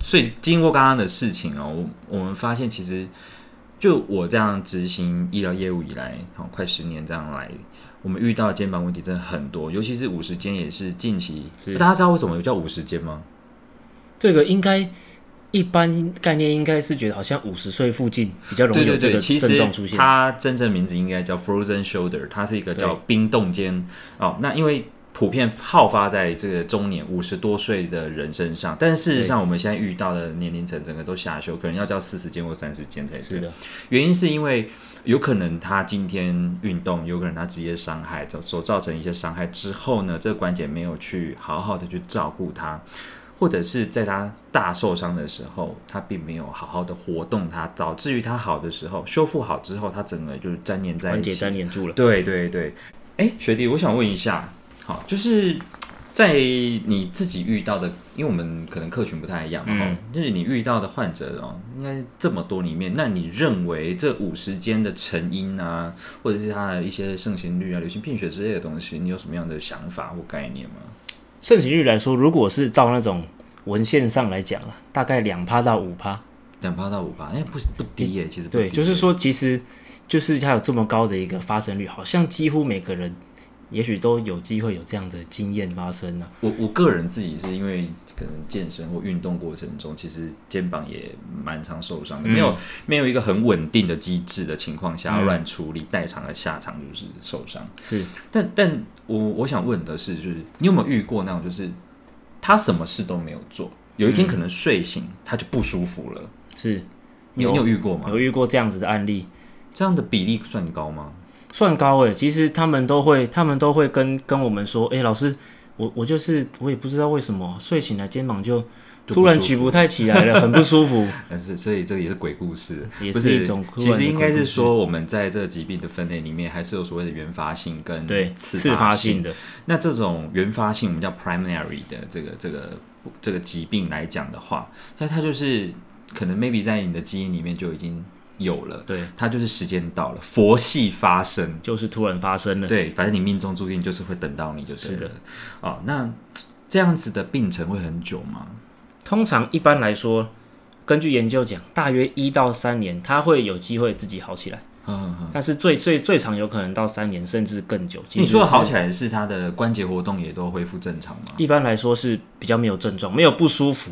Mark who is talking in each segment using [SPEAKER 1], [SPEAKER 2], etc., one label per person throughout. [SPEAKER 1] 所以经过刚刚的事情哦，我我们发现其实就我这样执行医疗业务以来，哦，快十年这样来，我们遇到肩膀问题真的很多，尤其是五十肩也是近期。
[SPEAKER 2] 是
[SPEAKER 1] 大家知道为什么叫五十肩吗？
[SPEAKER 2] 这个应该一般概念应该是觉得好像五十岁附近比较容易
[SPEAKER 1] 对
[SPEAKER 2] 有
[SPEAKER 1] 对
[SPEAKER 2] 这
[SPEAKER 1] 对，
[SPEAKER 2] 个
[SPEAKER 1] 其
[SPEAKER 2] 症
[SPEAKER 1] 实
[SPEAKER 2] 状出现。
[SPEAKER 1] 它真正名字应该叫 Frozen Shoulder，它是一个叫冰冻肩哦。那因为普遍好发在这个中年五十多岁的人身上，但是事实上我们现在遇到的年龄层整个都下修，可能要叫四十肩或三十肩才
[SPEAKER 2] 是
[SPEAKER 1] 对。
[SPEAKER 2] 的，
[SPEAKER 1] 原因是因为有可能他今天运动，有可能他职业伤害所所造成一些伤害之后呢，这个关节没有去好好的去照顾它，或者是在他大受伤的时候，他并没有好好的活动它，导致于他好的时候修复好之后，他整个就是粘连在
[SPEAKER 2] 关
[SPEAKER 1] 一
[SPEAKER 2] 节
[SPEAKER 1] 起。
[SPEAKER 2] 粘连住了。
[SPEAKER 1] 对对对，哎，学弟，我想问一下，好，就是在你自己遇到的，因为我们可能客群不太一样嘛，
[SPEAKER 2] 嗯
[SPEAKER 1] 哦就是你遇到的患者哦，应该这么多里面，那你认为这五十间的成因啊，或者是它的一些盛行率啊、流行病学之类的东西，你有什么样的想法或概念吗？
[SPEAKER 2] 盛行率来说，如果是照那种文献上来讲啊，大概两趴到五趴。
[SPEAKER 1] 两趴到五趴，哎，不不低耶，其实不低
[SPEAKER 2] 对，
[SPEAKER 1] 耶
[SPEAKER 2] 就是说，其实就是它有这么高的一个发生率，好像几乎每个人也许都有机会有这样的经验发生啊。
[SPEAKER 1] 我我个人自己是因为可能健身或运动过程中，其实肩膀也蛮常受伤的，没有没有一个很稳定的机制的情况下
[SPEAKER 2] 嗯
[SPEAKER 1] 乱处理，代偿的下场就是受伤。
[SPEAKER 2] 是
[SPEAKER 1] 但但我我想问的是，就是你有没有遇过那种，就是他什么事都没有做，有一
[SPEAKER 2] 嗯
[SPEAKER 1] 天可能睡醒、他就不舒服了，
[SPEAKER 2] 是，
[SPEAKER 1] 你有你有遇过吗？
[SPEAKER 2] 有遇过这样子的案例，
[SPEAKER 1] 这样的比例算高吗？
[SPEAKER 2] 算高诶、其实他们都会，他们都会跟跟我们说，诶、老师，我我就是我也不知道为什么睡醒来肩膀就
[SPEAKER 1] 就不
[SPEAKER 2] 突然
[SPEAKER 1] 舒服
[SPEAKER 2] 举不太起来了，很不舒 服。
[SPEAKER 1] 但是，所以这个也是鬼故事，
[SPEAKER 2] 也
[SPEAKER 1] 不
[SPEAKER 2] 是
[SPEAKER 1] 是
[SPEAKER 2] 一种
[SPEAKER 1] 其实应该
[SPEAKER 2] 鬼故
[SPEAKER 1] 是
[SPEAKER 2] 事
[SPEAKER 1] 说，我们在这个疾病的分类里面，还是有所谓的原发性跟
[SPEAKER 2] 对，
[SPEAKER 1] 次
[SPEAKER 2] 次发
[SPEAKER 1] 性
[SPEAKER 2] 性。的，
[SPEAKER 1] 那这种原发性，我们叫 primary 的这个这个这个疾病来讲的话，那它就是可能 maybe 在你的基因里面就已经有了，
[SPEAKER 2] 对，
[SPEAKER 1] 它就是时间到了，佛系发生。
[SPEAKER 2] 就是突然发生了。
[SPEAKER 1] 对，反正你命中注定就是会等到你就对
[SPEAKER 2] 是
[SPEAKER 1] 了
[SPEAKER 2] 的。
[SPEAKER 1] 哦，那这样子的病程会很久吗？
[SPEAKER 2] 通常一般来说，根据研究讲，大约一到三年，他会有机会自己好起来，
[SPEAKER 1] 嗯嗯。
[SPEAKER 2] 但是最最最长有可能到三年甚至更久。
[SPEAKER 1] 你说的好
[SPEAKER 2] 来，
[SPEAKER 1] 起来是他的关节活动也都恢复正常吗？
[SPEAKER 2] 一般来说是比较没有症状，没有不舒服，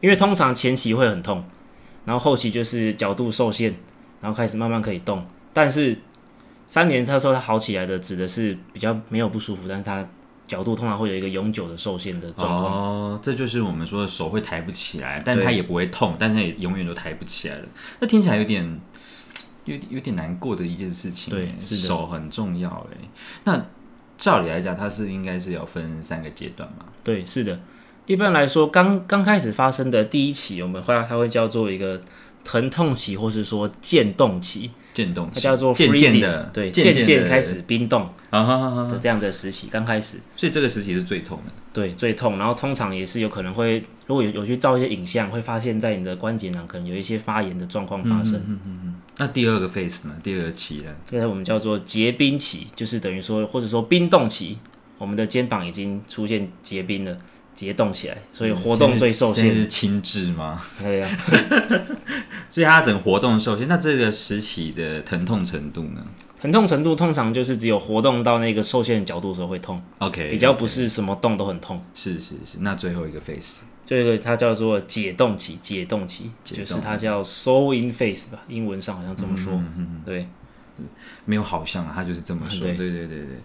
[SPEAKER 2] 因为通常前期会很痛，然后后期就是角度受限，然后开始慢慢可以动，但是三年他说他好起来的，指的是比较没有不舒服，但是他角度通常会有一个永久的受限的状况。
[SPEAKER 1] 哦，这就是我们说的手会抬不起来，但
[SPEAKER 2] 对
[SPEAKER 1] 它也不会痛，但是也永远都抬不起来了。那听起来有点，有有点难过的一件事情。
[SPEAKER 2] 对
[SPEAKER 1] 欸
[SPEAKER 2] 是的
[SPEAKER 1] 手很重要哎。那照理来讲，它是应该是要分三个阶段嘛？
[SPEAKER 2] 对，是的。一般来说，刚刚开始发生的第一期，我们会它会叫做一个疼痛期，或是说渐冻期，
[SPEAKER 1] 渐冻期，
[SPEAKER 2] 它叫做
[SPEAKER 1] 渐
[SPEAKER 2] freezing，
[SPEAKER 1] 渐的，
[SPEAKER 2] 对，
[SPEAKER 1] 渐
[SPEAKER 2] 渐渐
[SPEAKER 1] 的
[SPEAKER 2] 开始冰冻
[SPEAKER 1] 啊哈哈哈
[SPEAKER 2] 的这样的时期，刚开始
[SPEAKER 1] 所以这个时期是最痛的。
[SPEAKER 2] 对最痛，然后通常也是有可能会，如果有有去照一些影像，会发现在你的关节囊可能有一些发炎的状况发生，
[SPEAKER 1] 嗯那第二个 phase 呢？第二个期呢？
[SPEAKER 2] 这个我们叫做结冰期，就是等于说或者说冰冻期，我们的肩膀已经出现结冰了，结冻起来，所以活动最受
[SPEAKER 1] 现在
[SPEAKER 2] 限。
[SPEAKER 1] 是轻质吗？
[SPEAKER 2] 对啊。
[SPEAKER 1] 所以它整个活动受限。那这个时期的疼痛程度呢
[SPEAKER 2] 疼痛程度通常就是只有活动到那个受限的角度的时候会痛，
[SPEAKER 1] ？OK，
[SPEAKER 2] 比较不是什么动都很痛。
[SPEAKER 1] 是是是。那最后一个 phase
[SPEAKER 2] 这个它叫做解冻期，解冻期
[SPEAKER 1] 解
[SPEAKER 2] 就
[SPEAKER 1] 冻嗯
[SPEAKER 2] 是它叫 sewing phase 吧，英文上好像这么说。对，
[SPEAKER 1] 没有好像啊，他就是这么说。
[SPEAKER 2] 对
[SPEAKER 1] 对对对对。